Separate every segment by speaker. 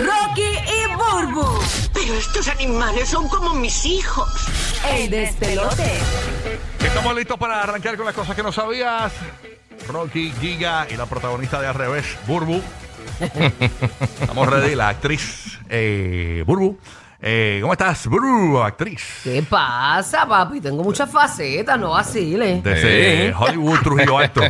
Speaker 1: Rocky y Burbu,
Speaker 2: Pero estos animales son como mis hijos.
Speaker 1: el despelote.
Speaker 3: Estamos listos para arrancar con las cosas que no sabías. Rocky, Giga y la protagonista de Al Revés, Burbu. Estamos ready, la actriz eh, Burbu. Eh, ¿Cómo estás, Burbu, actriz?
Speaker 4: ¿Qué pasa, papi? Tengo muchas facetas, no vaciles.
Speaker 3: Desde Hollywood Trujillo Alto.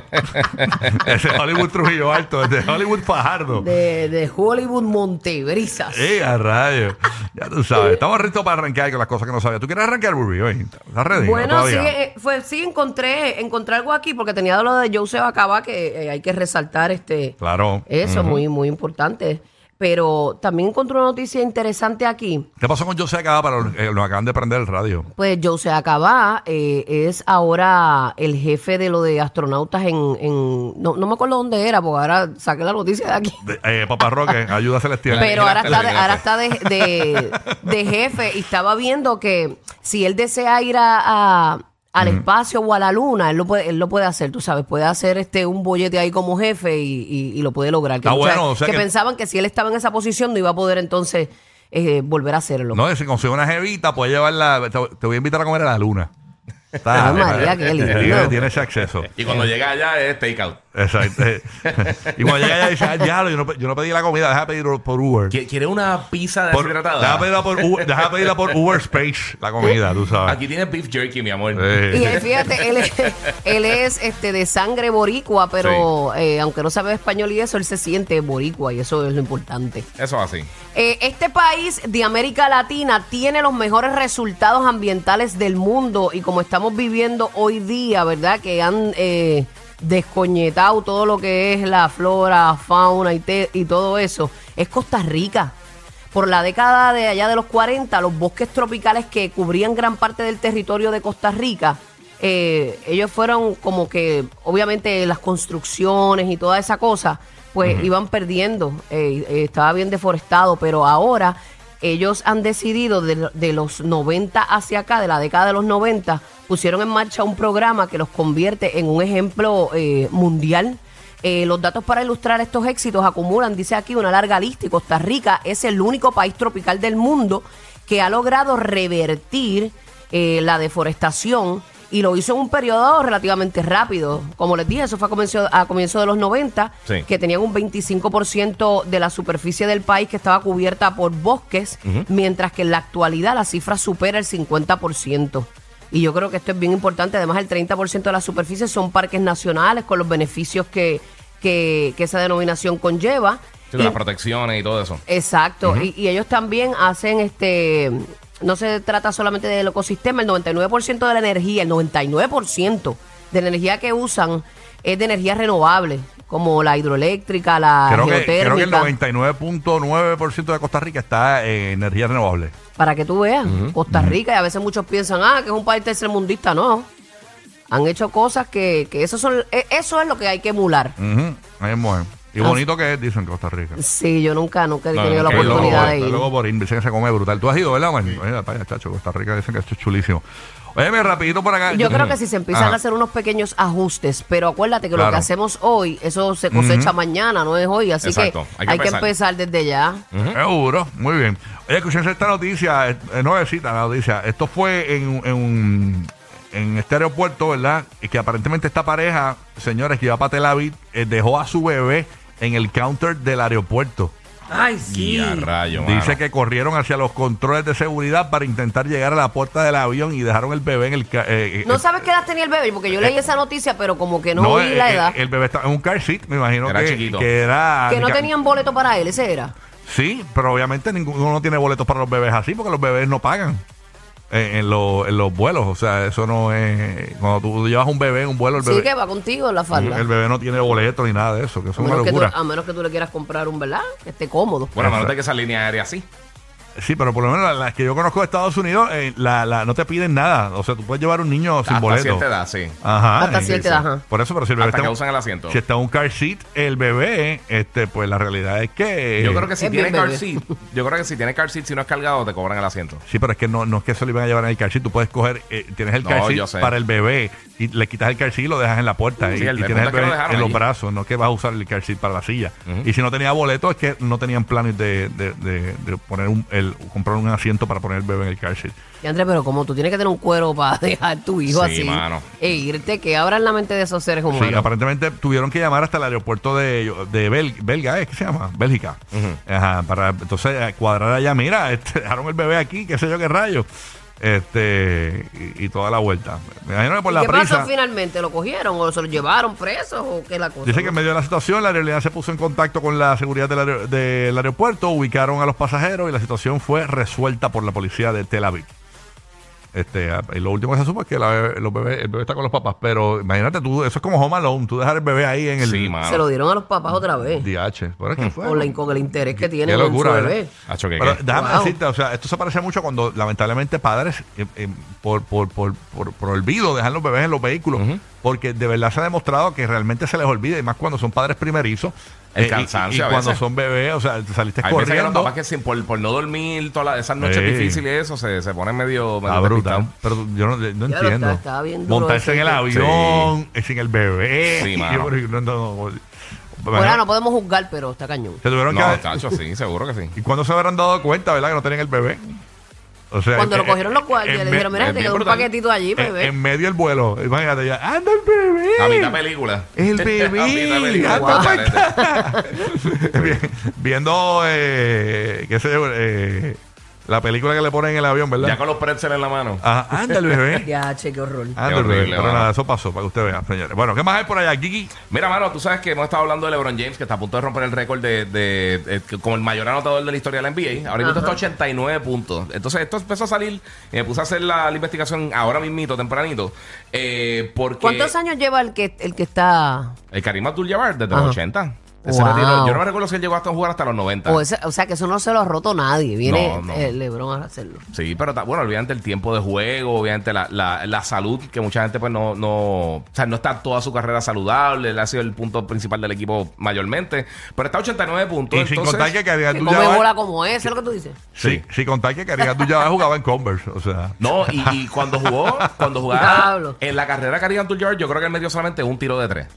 Speaker 3: desde Hollywood Trujillo Alto, desde Hollywood Fajardo.
Speaker 4: De, de Hollywood Montebrisas.
Speaker 3: Eh, a rayo. Ya tú sabes. Estamos listos para arrancar con las cosas que no sabías. ¿Tú quieres arrancar, Burbu? hoy? ¿Estás ready? ¿No?
Speaker 4: Bueno, sí,
Speaker 3: Todavía.
Speaker 4: eh, fue, sí encontré, encontré algo aquí porque tenía lo de Joseph Acaba que eh, hay que resaltar este
Speaker 3: Claro.
Speaker 4: eso, muy, muy importante. Pero también encontré una noticia interesante aquí.
Speaker 3: ¿Qué pasó con José acá? Para los- eh, nos acaban de prender el radio.
Speaker 4: Pues Joseph Acaba es ahora el jefe de lo de astronautas en... en- no, no me acuerdo dónde era, porque ahora saqué la noticia de aquí.
Speaker 3: De- eh, Papá Roque, ayuda celestial.
Speaker 4: Pero ahora está, de,
Speaker 3: Gracias.
Speaker 4: ahora está de, de-
Speaker 3: pues.
Speaker 4: de jefe y estaba viendo que si él desea ir a, a- al espacio o a la luna, él lo puede, él lo puede hacer, tú sabes, puede hacer este un bollete ahí como jefe y, y- y lo puede lograr. Que,
Speaker 3: Está
Speaker 4: mucha-
Speaker 3: bueno, o sea
Speaker 4: que
Speaker 3: que-
Speaker 4: pensaban que si él estaba en esa posición no iba a poder entonces eh, volver a hacerlo.
Speaker 3: No, si consigo una jevita, puedes llevarla. Te, te voy a invitar a comer a la luna. Está, eh,
Speaker 4: Ah, María, qué lindo.
Speaker 3: Tiene, tiene ese acceso.
Speaker 5: Y cuando llega allá es takeout.
Speaker 3: Exacto. y cuando llega ella dice, "Ah, diablo, yo no, pe- yo no pedí la comida, deja de pedirlo por Uber.
Speaker 5: ¿Qui- ¿Quiere una pizza
Speaker 3: Por-
Speaker 5: deshidratada?
Speaker 3: deja, pedirla por Uber deja pedirla por Uber Space, la comida, tú sabes.
Speaker 5: Aquí tiene beef jerky, mi amor.
Speaker 4: Y
Speaker 3: Eh,
Speaker 4: él, fíjate, él, es- él es este de sangre boricua, pero eh, aunque no sabe español y eso, él se siente boricua y eso es lo importante.
Speaker 5: Eso así.
Speaker 4: Eh, este país de América Latina tiene los mejores resultados ambientales del mundo y como estamos viviendo hoy día, ¿verdad? Que han eh, descoñetado todo lo que es la flora, fauna y, te- y todo eso, es Costa Rica. Por la década de allá de los 40, los bosques tropicales que cubrían gran parte del territorio de Costa Rica, eh, ellos fueron como que, obviamente, las construcciones y toda esa cosa, pues iban perdiendo, eh, eh, estaba bien deforestado, pero ahora ellos han decidido de, de los 90 hacia acá, de la década de los 90, pusieron en marcha un programa que los convierte en un ejemplo eh, mundial. Eh, los datos para ilustrar estos éxitos acumulan, dice aquí, una larga lista y Costa Rica es el único país tropical del mundo que ha logrado revertir eh, la deforestación y lo hizo en un periodo relativamente rápido. Como les dije, eso fue a comienzo, a comienzo de los 90,
Speaker 5: Sí.
Speaker 4: que tenían un 25% de la superficie del país que estaba cubierta por bosques, mientras que en la actualidad la cifra supera el 50%. Y yo creo que esto es bien importante. Además, el 30% de la superficie son parques nacionales con los beneficios que, que, que esa denominación conlleva.
Speaker 5: Sí, con
Speaker 4: Y-
Speaker 5: las protecciones y todo eso.
Speaker 4: Exacto, y, y ellos también hacen este, no se trata solamente del ecosistema, el 99% de la energía, el 99% de la energía que usan es de energía renovable, como la hidroeléctrica, la
Speaker 3: creo, que, creo que el
Speaker 4: geotérmica,
Speaker 3: 99.9% de Costa Rica está en energía renovable.
Speaker 4: para que tú veas, Costa Rica, y a veces muchos piensan, ah, que es un país tercermundista, no. Han hecho cosas que, que eso, son, e- eso es lo que hay que emular.
Speaker 3: Ujú, ahí mismo es. Y
Speaker 4: Ah,
Speaker 3: bonito que es, dicen Costa Rica.
Speaker 4: Sí, yo nunca, nunca he
Speaker 5: No,
Speaker 4: tenido
Speaker 5: no,
Speaker 4: la
Speaker 5: que
Speaker 3: Estoy loco
Speaker 4: oportunidad
Speaker 3: por-
Speaker 4: de ir.
Speaker 3: estoy loco por ir. Dicen que se come brutal. Tú has ido, ¿verdad, man? Oye, vaya, chacho, Costa Rica dicen que esto es chulísimo. Óyeme, rapidito por acá. Ah,
Speaker 4: Yo creo que si se empiezan
Speaker 3: Ajá.
Speaker 4: a hacer unos pequeños ajustes, pero acuérdate que lo
Speaker 3: Claro.
Speaker 4: que hacemos hoy, eso se cosecha mañana, no es hoy, así
Speaker 5: Exacto.
Speaker 4: que hay, que, empezar. desde ya.
Speaker 3: Seguro, muy bien. Oye, escuchense esta noticia, eh, eh, nuevecita la noticia. Esto fue en, en, un- en este aeropuerto, ¿verdad? Y que aparentemente esta pareja, señores, que iba para Tel Aviv, eh, dejó a su bebé en el counter del aeropuerto.
Speaker 4: Ay, sí.
Speaker 5: Y a rayo, mano.
Speaker 3: Dice que corrieron hacia los controles de seguridad para intentar llegar a la puerta del avión y dejaron el bebé en el... ca- eh, eh,
Speaker 4: No
Speaker 3: eh,
Speaker 4: sabes qué edad tenía el bebé, porque yo leí esa noticia, pero como que no,
Speaker 3: no,
Speaker 4: vi
Speaker 3: eh,
Speaker 4: la
Speaker 3: eh,
Speaker 4: edad.
Speaker 3: El, bebé estaba en un car seat, me imagino
Speaker 5: Era
Speaker 3: que,
Speaker 5: chiquito.
Speaker 3: que era...
Speaker 4: que no
Speaker 3: ca-
Speaker 4: tenían boleto para él, ese era.
Speaker 3: Sí, pero obviamente ninguno tiene boletos para los bebés así porque los bebés no pagan en, en los- en los vuelos. O sea, eso no es... Cuando tú llevas un bebé en un vuelo, el
Speaker 4: Sí,
Speaker 3: bebé, Mm,
Speaker 4: que va contigo en la falda.
Speaker 3: el bebé no tiene boleto ni nada de eso, que eso
Speaker 4: a,
Speaker 3: es una
Speaker 4: menos que tú, ah.
Speaker 3: locura.
Speaker 4: a menos que tú le quieras comprar un, ¿verdad? Que esté cómodo.
Speaker 5: Bueno, a menos de que esa línea aérea sí.
Speaker 3: Sí, pero por lo menos la- las que yo conozco de Estados Unidos, eh, la, la- no te piden nada. O sea, tú puedes llevar un niño sin
Speaker 5: Hasta
Speaker 3: boleto.
Speaker 5: cierta edad, sí.
Speaker 3: Ajá.
Speaker 4: Hasta
Speaker 3: eh,
Speaker 4: cierta edad, ajá.
Speaker 3: Por eso, pero si el bebé
Speaker 5: Hasta
Speaker 3: está,
Speaker 5: que usan el asiento.
Speaker 3: si está en un car seat, el bebé, este, pues la realidad es que.
Speaker 5: Yo creo que si
Speaker 4: Es
Speaker 5: tiene
Speaker 4: bien
Speaker 5: car
Speaker 4: bebé.
Speaker 5: seat, yo creo que si tiene car seat, si no es cargado, te cobran el asiento.
Speaker 3: Sí, pero es que no, no es que se lo iban a llevar en el car seat. Tú puedes coger, eh, tienes el
Speaker 5: No,
Speaker 3: car seat
Speaker 5: yo sé.
Speaker 3: para el bebé y le quitas el car seat y lo dejas en la puerta.
Speaker 5: Sí,
Speaker 3: y,
Speaker 5: el-
Speaker 3: y
Speaker 5: el
Speaker 3: tienes el
Speaker 5: punto es que
Speaker 3: bebé
Speaker 5: lo dejaron
Speaker 3: en los
Speaker 5: allí.
Speaker 3: brazos, no es que vas a usar el car seat para la silla.
Speaker 5: Ujú.
Speaker 3: Y si no tenía boleto, es que no tenían planes de, de- de- de poner un, el, comprar un asiento para poner el bebé en el car seat.
Speaker 4: Y Andrés, pero como tú tienes que tener un cuero para dejar tu hijo
Speaker 5: Sí,
Speaker 4: así
Speaker 5: mano.
Speaker 4: e irte, que abran la mente de esos seres humanos.
Speaker 3: Sí, aparentemente tuvieron que llamar hasta el aeropuerto de, de Bel- Belga, ¿eh? ¿qué se llama? Bélgica. Ajá, para entonces eh, cuadrar allá, mira, este, dejaron el bebé aquí, qué sé yo qué rayo. Este, y, y toda la vuelta. Me imagino que por
Speaker 4: ¿Y
Speaker 3: la
Speaker 4: ¿Qué
Speaker 3: prisa.
Speaker 4: pasó finalmente? ¿Lo cogieron o se lo llevaron presos o qué es la cosa?
Speaker 3: Dice
Speaker 4: no?
Speaker 3: que en medio de la situación, la aerolínea se puso en contacto con la seguridad del, aer- del aeropuerto, ubicaron a los pasajeros y la situación fue resuelta por la policía de Tel Aviv. Este, ah, y lo último que se supo es que la bebé- los bebés- el bebé está con los papás, pero imagínate tú, eso es como Home Alone, tú dejar el bebé ahí en el,
Speaker 5: Sí, mano.
Speaker 4: Se lo dieron a los papás otra vez.
Speaker 3: DH. Bueno, ¿qué fue?
Speaker 4: Con, la- con el interés que tienen
Speaker 3: Qué locura,
Speaker 5: ¿eh?
Speaker 4: con su
Speaker 3: ¿verdad?
Speaker 4: bebé.
Speaker 5: Acho que
Speaker 3: Pero
Speaker 5: qué.
Speaker 3: déjame
Speaker 4: Wow.
Speaker 3: decirte, o sea, esto se parece mucho cuando lamentablemente padres eh, eh, por, por, por, por, por olvido dejan los bebés en los vehículos, porque de verdad se ha demostrado que realmente se les olvida, y más cuando son padres primerizos.
Speaker 5: El
Speaker 3: eh, y-
Speaker 5: cansancio
Speaker 3: Y,
Speaker 5: a
Speaker 3: cuando
Speaker 5: veces.
Speaker 3: son bebés, o sea, te saliste
Speaker 5: Hay veces que los
Speaker 3: corriendo.
Speaker 5: papás que sin- por, por no dormir todas las- esas noches
Speaker 3: Sí.
Speaker 5: difíciles y eso se, se ponen medio, medio
Speaker 3: Ah, brutal.
Speaker 5: despistados.
Speaker 3: Pero yo no, no
Speaker 4: está-
Speaker 3: entiendo.
Speaker 4: estaba bien duro
Speaker 3: Montarse
Speaker 4: eso,
Speaker 3: en el
Speaker 5: ¿sí?
Speaker 3: avión, eh, sin el bebé.
Speaker 5: Sí,
Speaker 3: y
Speaker 5: mano.
Speaker 3: yo, pero, no, no, no.
Speaker 4: Bueno, no podemos juzgar, pero está cañón.
Speaker 3: Se tuvieron que
Speaker 5: No,
Speaker 3: haber-
Speaker 5: tacho, sí, seguro que sí.
Speaker 3: ¿Y cuándo se habrán dado cuenta, verdad, que no tenían el bebé? O sea,
Speaker 4: Cuando
Speaker 3: eh,
Speaker 4: lo cogieron los
Speaker 3: eh,
Speaker 4: guardias,
Speaker 3: en
Speaker 4: le
Speaker 3: me-
Speaker 4: dijeron, mira,
Speaker 5: es
Speaker 4: te
Speaker 5: bien
Speaker 4: quedó un
Speaker 5: brutal.
Speaker 4: paquetito allí,
Speaker 3: en,
Speaker 4: bebé.
Speaker 3: en medio del vuelo. Imagínate ya, ¡anda el bebé!
Speaker 5: A mitad película.
Speaker 3: ¡El
Speaker 5: A mitad
Speaker 3: bebé!
Speaker 5: película. este.
Speaker 3: ¡Anda
Speaker 5: Guau.
Speaker 3: pa'l ca-! Vi- Viendo, eh, qué sé yo, eh, la película que le ponen en el avión, ¿verdad?
Speaker 5: Ya con los pretzels en la mano.
Speaker 4: Ah.
Speaker 3: Ajá, ¡Anda el bebé!
Speaker 4: Ya, che, qué horror.
Speaker 5: Ah,
Speaker 3: ¡Anda el bebé!
Speaker 5: horrible,
Speaker 3: Pero
Speaker 5: mano.
Speaker 3: nada, eso pasó, para que usted vea, señores. Bueno, ¿qué más hay por allá, Kiki?
Speaker 5: Mira, mano, tú sabes que hemos estado hablando de LeBron James, que está a punto de romper el récord de, de- de- como el mayor anotador de la historia de la NBA. Ahora mismo está a 89 puntos. Entonces, esto empezó a salir. y Me puse a hacer la, la investigación ahora mismito, tempranito. eh, porque
Speaker 4: ¿Cuántos años lleva el que, el que está...?
Speaker 5: El Karim Abdul-Jabbar desde
Speaker 4: Ajá.
Speaker 5: los 80. Él se
Speaker 4: Wow.
Speaker 5: retiró. Yo no me recuerdo si él llegó hasta jugar hasta los 90.
Speaker 4: O, ese- o sea, que eso no se lo ha roto nadie. Viene
Speaker 5: Ah. No, no.
Speaker 4: eh, Lebron a hacerlo.
Speaker 5: Sí, pero ta- bueno, obviamente el tiempo de juego, obviamente la, la, la salud, que mucha gente pues no, no, o sea, no está toda su carrera saludable, él ha sido el punto principal del equipo mayormente, pero está a 89 puntos.
Speaker 3: Y sin
Speaker 5: entonces-
Speaker 3: contar que Karim
Speaker 4: Que come
Speaker 3: Abdul-Jabbar...
Speaker 4: bola como ese, es lo que tú dices.
Speaker 3: Sí, sin contar que Karim Abdul-Jabbar jugaba en Converse, o sea...
Speaker 5: No, y, y cuando jugó, cuando jugaba
Speaker 4: Diablo.
Speaker 5: en la carrera de Karim Abdul-Jabbar, yo creo que él metió solamente un tiro de tres,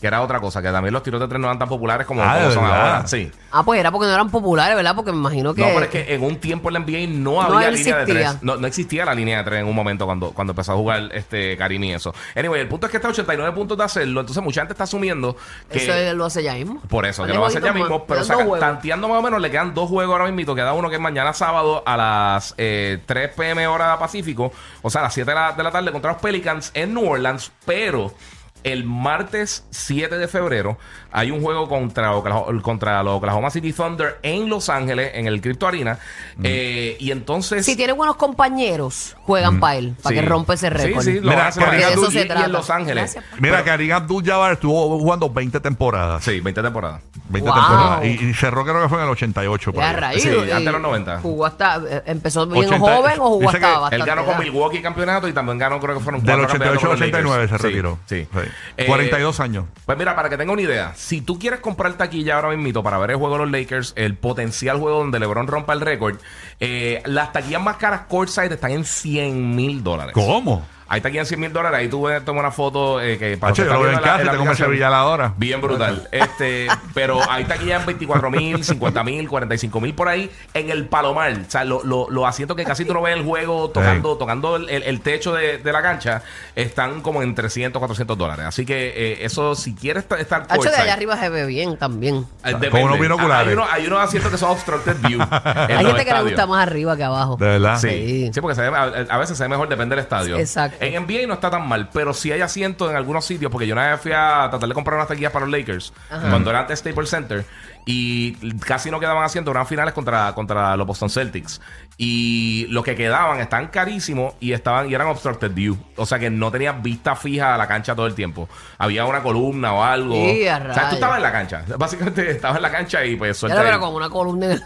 Speaker 5: que era otra cosa, que también los tiros de tres no eran tan populares como,
Speaker 3: Ah, ¿de
Speaker 5: como son
Speaker 3: verdad?
Speaker 5: ahora. Sí.
Speaker 4: Ah, pues era porque no eran populares, ¿verdad? Porque me imagino que...
Speaker 5: No, pero es que en un tiempo en la NBA no
Speaker 4: No
Speaker 5: había línea
Speaker 4: existía.
Speaker 5: de tres. No, no existía la línea de tres en un momento cuando, cuando empezó a jugar este Karim y eso. Anyway, el punto es que está a 89 puntos de hacerlo. Entonces mucha gente está asumiendo que...
Speaker 4: Eso él lo hace ya mismo.
Speaker 5: Por eso, que
Speaker 4: Dale
Speaker 5: lo va a hacer ya
Speaker 4: jueguito
Speaker 5: mismo.
Speaker 4: más. Le
Speaker 5: Pero
Speaker 4: dan
Speaker 5: saca-
Speaker 4: dos juegos.
Speaker 5: tanteando más o menos, le quedan dos juegos ahora mismo. Queda uno que es mañana sábado a las eh, 3 pm hora Pacífico. O sea, a las 7 de la, de la tarde contra los Pelicans en New Orleans. Pero el martes 7 de febrero hay un juego contra, Oklahoma- contra los Oklahoma City Thunder en Los Ángeles, en el Crypto Arena. Eh, y entonces...
Speaker 4: Si tiene buenos compañeros, juegan para él, para
Speaker 5: Mm. Sí.
Speaker 4: que rompa ese récord.
Speaker 5: Sí, sí, lo
Speaker 3: Mira,
Speaker 5: hace, lo
Speaker 3: porque
Speaker 5: hace.
Speaker 3: de eso
Speaker 5: Y-
Speaker 4: se
Speaker 5: y
Speaker 4: trata.
Speaker 5: en Los Ángeles.
Speaker 4: Gracias.
Speaker 3: Mira, Karim Abdul-Jabbar estuvo jugando 20 temporadas.
Speaker 5: Sí, 20 temporadas.
Speaker 3: 20
Speaker 4: Wow.
Speaker 3: temporadas. Y, y cerró creo que fue en el 88. por
Speaker 4: Ya,
Speaker 3: ahí.
Speaker 4: raíz,
Speaker 5: Sí,
Speaker 4: eh,
Speaker 5: antes de los 90.
Speaker 4: Jugó hasta, eh, empezó bien
Speaker 3: 80,
Speaker 4: joven o jugó
Speaker 3: dice que
Speaker 4: hasta bastante.
Speaker 5: Él ganó con
Speaker 4: edad.
Speaker 5: Milwaukee campeonato y también ganó, creo que fueron
Speaker 3: Del
Speaker 5: cuatro
Speaker 3: 88 al
Speaker 5: campeonatos con los
Speaker 3: 89 se
Speaker 5: Lakers.
Speaker 3: retiró.
Speaker 5: Sí. sí.
Speaker 3: Sí.
Speaker 5: Eh,
Speaker 3: 42 años.
Speaker 5: Pues mira, para que tenga una idea, si tú quieres comprar taquilla ahora mismo para ver el juego de los Lakers, el potencial juego donde LeBron rompa el récord, eh, las taquillas más caras courtside están en 100 mil dólares.
Speaker 3: ¿Cómo?
Speaker 5: Ahí te quedan 100 mil dólares. Ahí tú ves, toma una foto eh, que
Speaker 3: Hacho, yo
Speaker 5: usted
Speaker 3: lo
Speaker 5: está
Speaker 3: veo en
Speaker 5: viendo la-
Speaker 3: casa y
Speaker 5: la
Speaker 3: tengo un
Speaker 5: aplicación.
Speaker 3: Sevilla ahora.
Speaker 5: Bien brutal. Este, pero ahí está aquí ya en 24 mil, 50 mil, 45 mil por ahí en el Palomar. O sea, lo- lo- los asientos que casi tú no ves el juego tocando, tocando el, el- el techo de, de la cancha están como en 300, 400 dólares. Así que eh, eso, si quieres ta- estar
Speaker 4: Hacho, de
Speaker 5: courtside,
Speaker 4: allá arriba se ve bien también.
Speaker 5: eh, depende.
Speaker 3: Con unos binoculares.
Speaker 5: Hay, unos- hay unos asientos que son obstructed view. en
Speaker 4: Hay gente que
Speaker 5: los
Speaker 4: le
Speaker 5: estadios.
Speaker 4: gusta más arriba que abajo.
Speaker 3: De verdad.
Speaker 5: Sí.
Speaker 4: Sí.
Speaker 5: sí, porque se ve- a, a veces se ve mejor, depende del estadio.
Speaker 4: Exacto.
Speaker 5: En NBA no está tan mal, pero sí hay asientos en algunos sitios, porque yo una vez fui a tratar de comprar unas taquillas para los Lakers, cuando era antes Staples Center, y casi no quedaban asientos, eran finales contra, contra los Boston Celtics. Y los que quedaban estaban carísimos y estaban y eran obstructed view. O sea que no tenías vista fija a la cancha todo el tiempo. Había una columna o algo.
Speaker 4: Y a
Speaker 5: o sea,
Speaker 4: rayos.
Speaker 5: tú estabas en la cancha. Básicamente estabas en la cancha y pues
Speaker 4: Ya
Speaker 5: suerte.
Speaker 4: lo veo
Speaker 5: ahí.
Speaker 4: como una columna en el-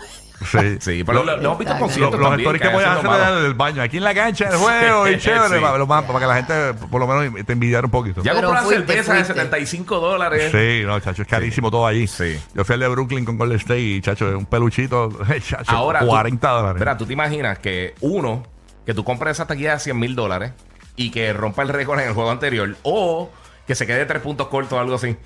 Speaker 3: Sí.
Speaker 5: Sí, pero lo, lo hemos visto en
Speaker 3: Lo-
Speaker 5: conciertos
Speaker 3: los
Speaker 5: también,
Speaker 3: stories que
Speaker 5: hay
Speaker 3: voy a
Speaker 5: asientos
Speaker 3: hacer
Speaker 5: malos.
Speaker 3: del baño, aquí en la cancha, el juego, y chévere,
Speaker 5: Sí.
Speaker 3: para, lo más- para que la gente por lo menos te envidiara un poquito.
Speaker 5: Ya
Speaker 4: Pero
Speaker 5: compró la
Speaker 4: fuiste,
Speaker 5: cerveza de
Speaker 4: fuiste.
Speaker 5: 75 dólares.
Speaker 3: Sí, no, chacho, es carísimo todo allí.
Speaker 5: Sí.
Speaker 3: Yo fui al de Brooklyn con Golden State y, chacho, un peluchito, chacho,
Speaker 5: Ahora, tú-
Speaker 3: 40 dólares.
Speaker 5: Espera, tú te imaginas que uno, que tú compres esa taquilla de 100 mil dólares y que rompa el récord en el juego anterior, o que se quede tres puntos cortos o algo así.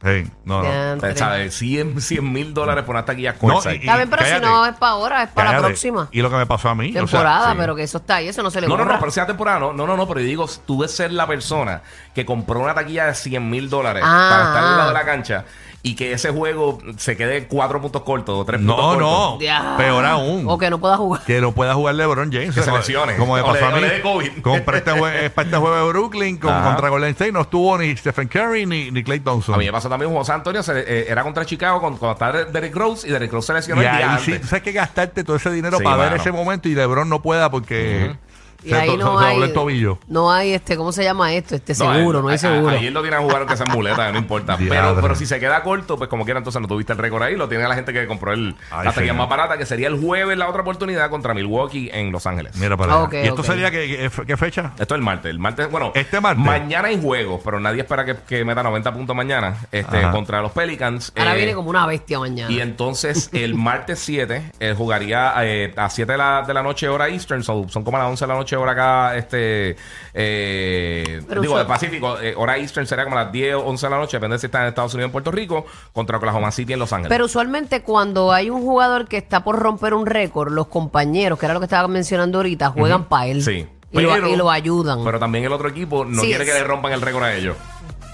Speaker 3: Sí, no, no.
Speaker 4: Ya,
Speaker 5: O sea,
Speaker 4: tres.
Speaker 5: ¿Sabes? 100 mil dólares por una taquilla
Speaker 3: No,
Speaker 5: corta.
Speaker 3: y-
Speaker 4: Está bien, pero
Speaker 3: cállate.
Speaker 4: si no es para ahora, es para la
Speaker 3: Cállate.
Speaker 4: próxima
Speaker 3: Y lo que me pasó a mí. o sea,
Speaker 4: temporada,
Speaker 3: sí.
Speaker 4: pero que eso está ahí, eso no se le
Speaker 5: No, no, no,
Speaker 4: borra.
Speaker 5: pero sea temporada, no, no, no, no, pero yo digo, tú debes ser la persona que compró una taquilla de 100 mil dólares
Speaker 4: Ah,
Speaker 5: para estar al lado de
Speaker 4: ah.
Speaker 5: la cancha y que ese juego se quede cuatro puntos cortos o tres puntos
Speaker 3: No,
Speaker 5: cortos.
Speaker 3: no.
Speaker 4: Ya.
Speaker 3: Peor aún.
Speaker 4: O que no pueda jugar.
Speaker 3: Que lo pueda jugar LeBron James.
Speaker 5: Que se
Speaker 3: Como-
Speaker 5: lesione.
Speaker 3: Como me
Speaker 5: O le-
Speaker 3: pasó a
Speaker 5: o
Speaker 3: mí.
Speaker 5: le dé COVID.
Speaker 3: Compré este jue- eh, para este juego de Brooklyn con-
Speaker 5: Ajá.
Speaker 3: contra Golden State. No estuvo ni Stephen Curry ni, ni Clay Thompson.
Speaker 5: A mí me pasó también José Antonio, se- eh, era contra Chicago con- cuando estaba Derrick Rose y Derrick Rose se lesionó
Speaker 3: y
Speaker 5: el día
Speaker 3: ahí
Speaker 5: antes.
Speaker 3: sí, tú sabes que gastarte todo ese dinero
Speaker 5: Sí,
Speaker 3: para ver
Speaker 5: mano.
Speaker 3: ese momento y LeBron no pueda porque
Speaker 4: Y ahí
Speaker 3: do-
Speaker 4: no
Speaker 3: se
Speaker 4: hay.
Speaker 3: dobló el tobillo.
Speaker 4: No hay este, ¿cómo se llama esto? Este seguro,
Speaker 5: él-
Speaker 4: no hay
Speaker 5: a-
Speaker 4: seguro.
Speaker 5: a- Ayer eh, lo tienen a jugar aunque sean muletas, no importa. pero,
Speaker 3: Diadre.
Speaker 5: pero si se queda corto, pues como quiera, entonces no tuviste el récord ahí. Lo tiene la gente que compró el,
Speaker 3: Ay,
Speaker 5: la taquilla
Speaker 3: señor.
Speaker 5: más barata, que sería el jueves la otra oportunidad contra Milwaukee en Los Ángeles.
Speaker 3: Mira para allá.
Speaker 4: Ah, Ok,
Speaker 3: ¿Y esto
Speaker 4: ok.
Speaker 3: sería que- que- qué, fecha?
Speaker 5: Esto es el martes. El martes, bueno,
Speaker 3: Este martes.
Speaker 5: mañana hay juegos, pero nadie espera que, que meta 90 puntos mañana este,
Speaker 3: Ajá.
Speaker 5: contra los Pelicans.
Speaker 4: Ahora
Speaker 5: Eh,
Speaker 4: viene como una bestia mañana.
Speaker 5: Y entonces el martes 7 eh, jugaría eh, a 7 de la, de la noche hora Eastern, so, son como a las 11 de la noche hora acá, este, eh,
Speaker 4: Pero
Speaker 5: digo,
Speaker 4: fue-
Speaker 5: de Pacífico, eh, hora Eastern sería como a las 10 o 11 de la noche, depende si están en Estados Unidos o en Puerto Rico, contra Oklahoma City en Los Ángeles.
Speaker 4: Pero usualmente cuando hay un jugador que está por romper un récord, los compañeros, que era lo que estaba mencionando ahorita, juegan para él.
Speaker 5: Sí.
Speaker 4: Y, lo, y lo ayudan.
Speaker 5: Pero también el otro equipo no
Speaker 4: Sí,
Speaker 5: quiere que
Speaker 4: sí.
Speaker 5: le rompan el récord a ellos.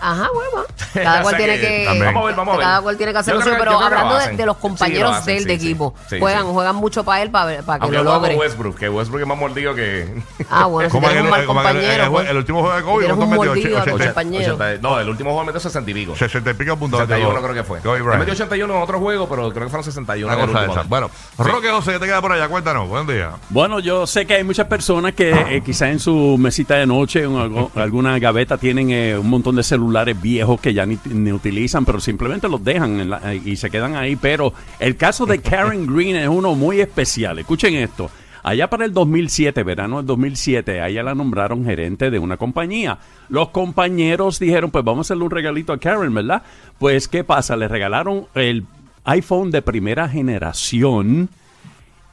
Speaker 4: Ajá, huevo.
Speaker 5: O
Speaker 4: Cada cual
Speaker 5: sea
Speaker 4: tiene
Speaker 5: que-
Speaker 4: que.
Speaker 3: también.
Speaker 5: Vamos a ver, vamos a ver.
Speaker 4: Cada cual tiene que hacer
Speaker 5: Yo
Speaker 4: lo
Speaker 5: creo
Speaker 4: suyo.
Speaker 5: que-
Speaker 4: Pero
Speaker 5: yo creo que lo
Speaker 4: hablando de,
Speaker 5: hacen.
Speaker 4: de los
Speaker 5: Sí,
Speaker 4: compañeros
Speaker 5: lo hacen,
Speaker 4: del
Speaker 5: sí,
Speaker 4: de
Speaker 5: sí.
Speaker 4: equipo.
Speaker 5: Sí,
Speaker 4: juegan,
Speaker 5: sí.
Speaker 4: juegan mucho para él para, para que
Speaker 5: Aunque
Speaker 4: lo
Speaker 5: juega con
Speaker 4: logre.
Speaker 5: Westbrook, que Westbrook es más mordido que...
Speaker 4: Ah, bueno, si
Speaker 3: Como
Speaker 4: tienes
Speaker 3: aquel-
Speaker 4: un mal
Speaker 3: como aquel-
Speaker 4: compañero.
Speaker 3: el-
Speaker 4: pues,
Speaker 3: el último juego de Kobe,
Speaker 4: tienes
Speaker 3: ¿cuánto
Speaker 4: un
Speaker 3: metió?
Speaker 4: mordido a tu
Speaker 3: 80.
Speaker 4: compañero.
Speaker 5: 80 no, el último juego metió 60 y pico.
Speaker 3: 60 y pico puntos.
Speaker 5: 61
Speaker 3: metió.
Speaker 5: creo que fue.
Speaker 3: Kobe
Speaker 5: Le metió
Speaker 3: Bryant.
Speaker 5: 81 en otro juego, pero creo que fueron 61
Speaker 3: Una
Speaker 5: en el
Speaker 3: cosa de
Speaker 5: último.
Speaker 3: esas. Bueno, Roque José, ¿qué te queda por allá? Cuéntanos. Buen día.
Speaker 6: Bueno, yo sé que hay muchas personas que eh, quizás en su mesita de noche, en algo- alguna gaveta, tienen eh, un montón de celulares viejos que ya ni, ni utilizan, pero simplemente los dejan en la- eh, y se quedan ahí. Pero el caso de Karen Green es uno muy especial. Escuchen esto. Allá para el 2007, verano del 2007, a ella la nombraron gerente de una compañía. Los compañeros dijeron, pues vamos a hacerle un regalito a Karen, ¿verdad? Pues, ¿qué pasa? Le regalaron el iPhone de primera generación.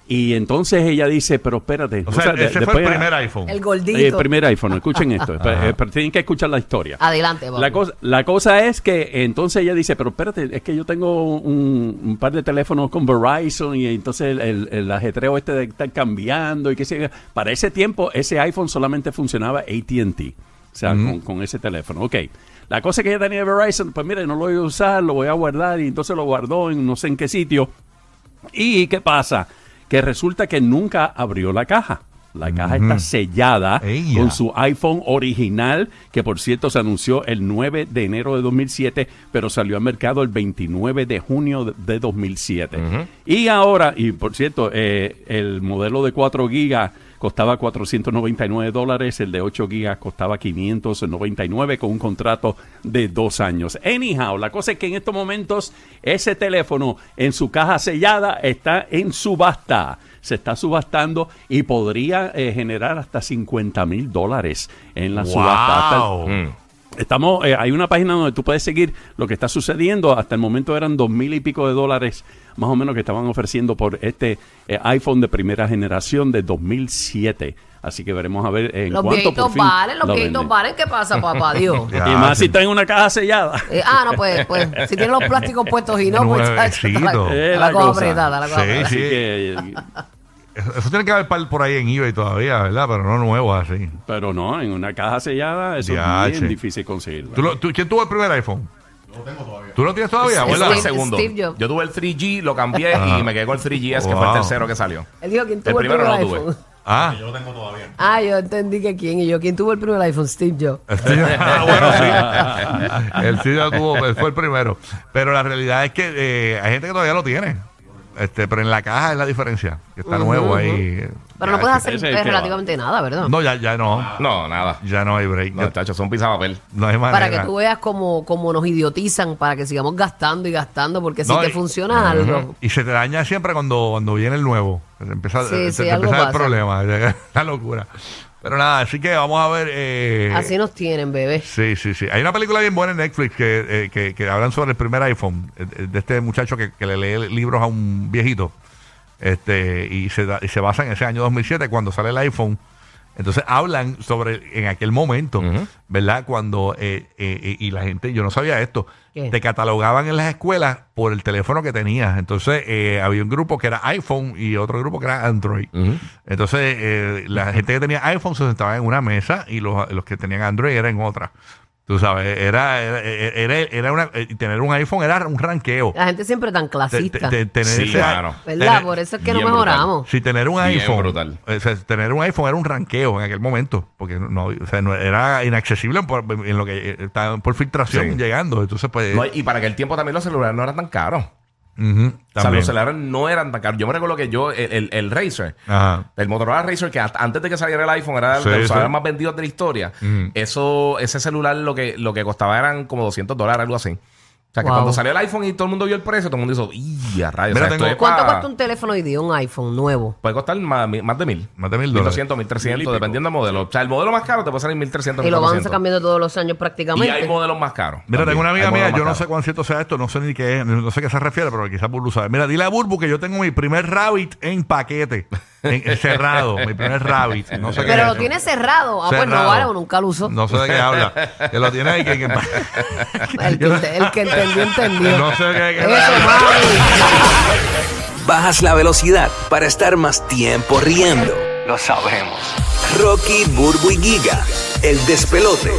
Speaker 6: Y entonces ella dice, pero espérate.
Speaker 3: O sea,
Speaker 6: de-
Speaker 3: ese fue
Speaker 6: después
Speaker 3: el
Speaker 6: era-
Speaker 3: primer iPhone.
Speaker 4: El
Speaker 6: eh, el
Speaker 4: gordito.
Speaker 6: primer iPhone, escuchen esto. esp- eh, pero tienen que escuchar la historia.
Speaker 4: Adelante, vamos.
Speaker 6: La cosa, la cosa es que entonces ella dice, pero espérate, es que yo tengo un, un par de teléfonos con Verizon y entonces el, el- el ajetreo este de estar cambiando y qué sé yo. Para ese tiempo, ese iPhone solamente funcionaba AT&T. O sea, con, con ese teléfono. Ok. La cosa que ella tenía de Verizon, pues mire, no lo voy a usar, lo voy a guardar y entonces lo guardó en no sé en qué sitio. ¿Y qué pasa? Que resulta que nunca abrió la caja. La caja está sellada
Speaker 3: Ella.
Speaker 6: con su iPhone original, que por cierto se anunció el 9 de enero de 2007, pero salió al mercado el 29 de junio de- de 2007. Y ahora, y por cierto, eh, el modelo de 4 gigas costaba 499 dólares, el de 8 gigas costaba 599 con un contrato de dos años. Anyhow, la cosa es que en estos momentos ese teléfono en su caja sellada está en subasta. Se está subastando y podría eh, generar hasta 50 mil dólares en la subasta. Hasta el-
Speaker 3: Wow.
Speaker 5: Mm.
Speaker 6: Estamos, eh, hay una página donde tú puedes seguir lo que está sucediendo. Hasta el momento eran dos mil y pico de dólares, más o menos, que estaban ofreciendo por este eh, iPhone de primera generación de 2007. Así que veremos a ver en
Speaker 4: Los
Speaker 6: cuánto por
Speaker 4: viejitos
Speaker 6: fin
Speaker 4: valen, los
Speaker 6: la
Speaker 4: viejitos
Speaker 6: venden.
Speaker 4: valen. ¿Qué pasa, papá? Dios.
Speaker 3: Ya,
Speaker 6: Y más
Speaker 3: Ah, sí.
Speaker 6: si está en una caja sellada.
Speaker 4: Eh, ah, no, pues, pues si tienen los plásticos puestos y no, pues chacho, está
Speaker 3: Nuevecito.
Speaker 4: la,
Speaker 6: Eh,
Speaker 4: está
Speaker 6: la
Speaker 4: la cosa
Speaker 6: cosa.
Speaker 4: apretada, la cosa
Speaker 3: Sí.
Speaker 4: apretada.
Speaker 6: Así que, eh,
Speaker 3: Eso, eso tiene que haber par por ahí en eBay todavía, ¿verdad? Pero no nuevo así.
Speaker 6: pero no, en una caja sellada eso es
Speaker 3: Diache.
Speaker 6: bien difícil conseguirlo.
Speaker 3: ¿Tú lo- tú- ¿Quién tuvo el primer iPhone? ¿Tú lo tienes todavía,
Speaker 5: Yo
Speaker 3: abuela?
Speaker 5: tuve el
Speaker 4: Steve-
Speaker 5: segundo.
Speaker 4: Steve Jobs.
Speaker 5: Yo tuve el 3G, lo cambié y me quedé con el 3GS, que fue
Speaker 3: Wow.
Speaker 5: el tercero que salió.
Speaker 4: Él dijo, ¿quién
Speaker 5: El
Speaker 4: tuvo el,
Speaker 5: primero
Speaker 4: primer
Speaker 5: no lo tuve.
Speaker 4: iPhone?
Speaker 3: Ah,
Speaker 4: Ah, yo entendí que quién y yo. ¿Quién tuvo el primer iPhone? Steve Jobs.
Speaker 3: Sí, Ah, bueno, sí. El sí lo tuvo, pues, fue el primero. Pero la realidad es que eh, hay gente que todavía lo tiene. Este, pero en la caja es la diferencia. Que está nuevo ahí.
Speaker 4: Pero
Speaker 3: Ya,
Speaker 4: no puedes
Speaker 3: sí.
Speaker 4: hacer
Speaker 6: ese es el
Speaker 4: eh,
Speaker 6: que va.
Speaker 4: relativamente nada, ¿verdad?
Speaker 3: No, ya, ya no.
Speaker 5: No, nada.
Speaker 3: Ya no hay break.
Speaker 5: No, chacho, son pisapapel.
Speaker 3: no hay manera.
Speaker 4: Para que tú veas cómo, cómo nos idiotizan, para que sigamos gastando y gastando, porque si
Speaker 3: No,
Speaker 4: te
Speaker 3: y-
Speaker 4: funciona algo.
Speaker 3: Y se te daña siempre cuando, cuando viene el nuevo. Se te empieza,
Speaker 4: Sí,
Speaker 3: se
Speaker 4: sí,
Speaker 3: te
Speaker 4: algo
Speaker 3: empieza el
Speaker 4: pasa.
Speaker 3: problema. La locura. Pero nada, así que vamos a ver. eh,
Speaker 4: Así nos tienen, bebé.
Speaker 3: Sí, sí, sí. Hay una película bien buena en Netflix que, eh, que, que hablan sobre el primer iPhone, eh, eh, de este muchacho que, que le lee libros a un viejito. Este, y, se da- y se basa en ese año 2007, cuando sale el iPhone. Entonces hablan sobre en aquel momento, ¿verdad? Cuando, eh, eh, eh, y la gente, yo no sabía esto,
Speaker 4: ¿Qué?
Speaker 3: te catalogaban en las escuelas por el teléfono que tenías. Entonces eh, había un grupo que era iPhone y otro grupo que era Android. Entonces eh, la gente que tenía iPhone se sentaba en una mesa y los, los que tenían Android eran en otra. Tú sabes, era, era, era, era una, eh, tener un iPhone era un ranqueo.
Speaker 4: La gente siempre tan
Speaker 3: Te-
Speaker 4: clasista.
Speaker 3: te- te- tener
Speaker 5: Sí,
Speaker 3: ese-
Speaker 5: mano.
Speaker 4: ¿Verdad?
Speaker 3: tener-
Speaker 4: Por eso es que no
Speaker 5: bien
Speaker 4: mejoramos.
Speaker 3: si tener un
Speaker 5: Bien
Speaker 3: iPhone.
Speaker 5: brutal.
Speaker 3: o sea, tener un iPhone era un ranqueo en aquel momento. Porque no, o sea, no- era inaccesible por, en lo que eh, estaba por filtración
Speaker 5: Sí.
Speaker 3: llegando. Entonces, pues.
Speaker 5: No, y para aquel tiempo también los celulares no eran tan caros.
Speaker 3: ujú,
Speaker 5: O sea,
Speaker 3: también.
Speaker 5: los celulares no eran tan caros. Yo me recuerdo que yo, el, el, el Razer,
Speaker 3: Ajá.
Speaker 5: el Motorola Razer, que hasta antes de que saliera el iPhone era
Speaker 3: Sí,
Speaker 5: de los
Speaker 3: sí.
Speaker 5: celulares más vendidos de la historia. Eso, ese celular lo que, lo que costaba eran como 200 dólares, algo así. O sea, que
Speaker 4: Wow.
Speaker 5: cuando salió el iPhone y todo el mundo vio el precio, todo el mundo hizo, ¡y a rayos!
Speaker 3: Mira,
Speaker 5: O sea, esto
Speaker 3: tengo-
Speaker 5: es
Speaker 4: ¿Cuánto
Speaker 5: pa-
Speaker 4: cuesta un teléfono hoy día? Un iPhone nuevo.
Speaker 5: Puede costar más, más de mil.
Speaker 3: Más de mil dólares.
Speaker 5: 1200,
Speaker 6: Mil y
Speaker 5: 1300,
Speaker 6: pico.
Speaker 5: dependiendo del modelo. O sea, el modelo más caro te puede salir 1300,
Speaker 4: Y lo van
Speaker 5: 1400.
Speaker 4: cambiando todos los años
Speaker 5: Y
Speaker 4: prácticamente.
Speaker 5: hay modelos más caros.
Speaker 3: Mira,
Speaker 5: también.
Speaker 3: tengo una amiga
Speaker 5: Hay
Speaker 3: mía,
Speaker 5: modelos
Speaker 3: yo no
Speaker 5: más
Speaker 3: sé
Speaker 5: caros.
Speaker 3: cuán cierto sea esto, no sé ni qué es, no sé a qué se refiere, pero quizás Burbu sabe. Mira, dile a Burbu que yo tengo mi primer Rabbit en paquete, en, en cerrado, mi primer Rabbit. No sé qué
Speaker 4: Pero
Speaker 3: es
Speaker 4: lo
Speaker 3: eso.
Speaker 4: tiene cerrado. Ah, pues no
Speaker 3: Cerrado.
Speaker 4: vale, o nunca lo usó.
Speaker 3: No sé de qué habla. Que lo tiene ahí que. que-
Speaker 4: El, que, ente- el que entendió, entendió.
Speaker 3: No sé qué- qué-
Speaker 4: Eso, mami.
Speaker 7: Bajas la velocidad para estar más tiempo riendo. Lo sabemos. Rocky, Burbu y Giga, el despelote.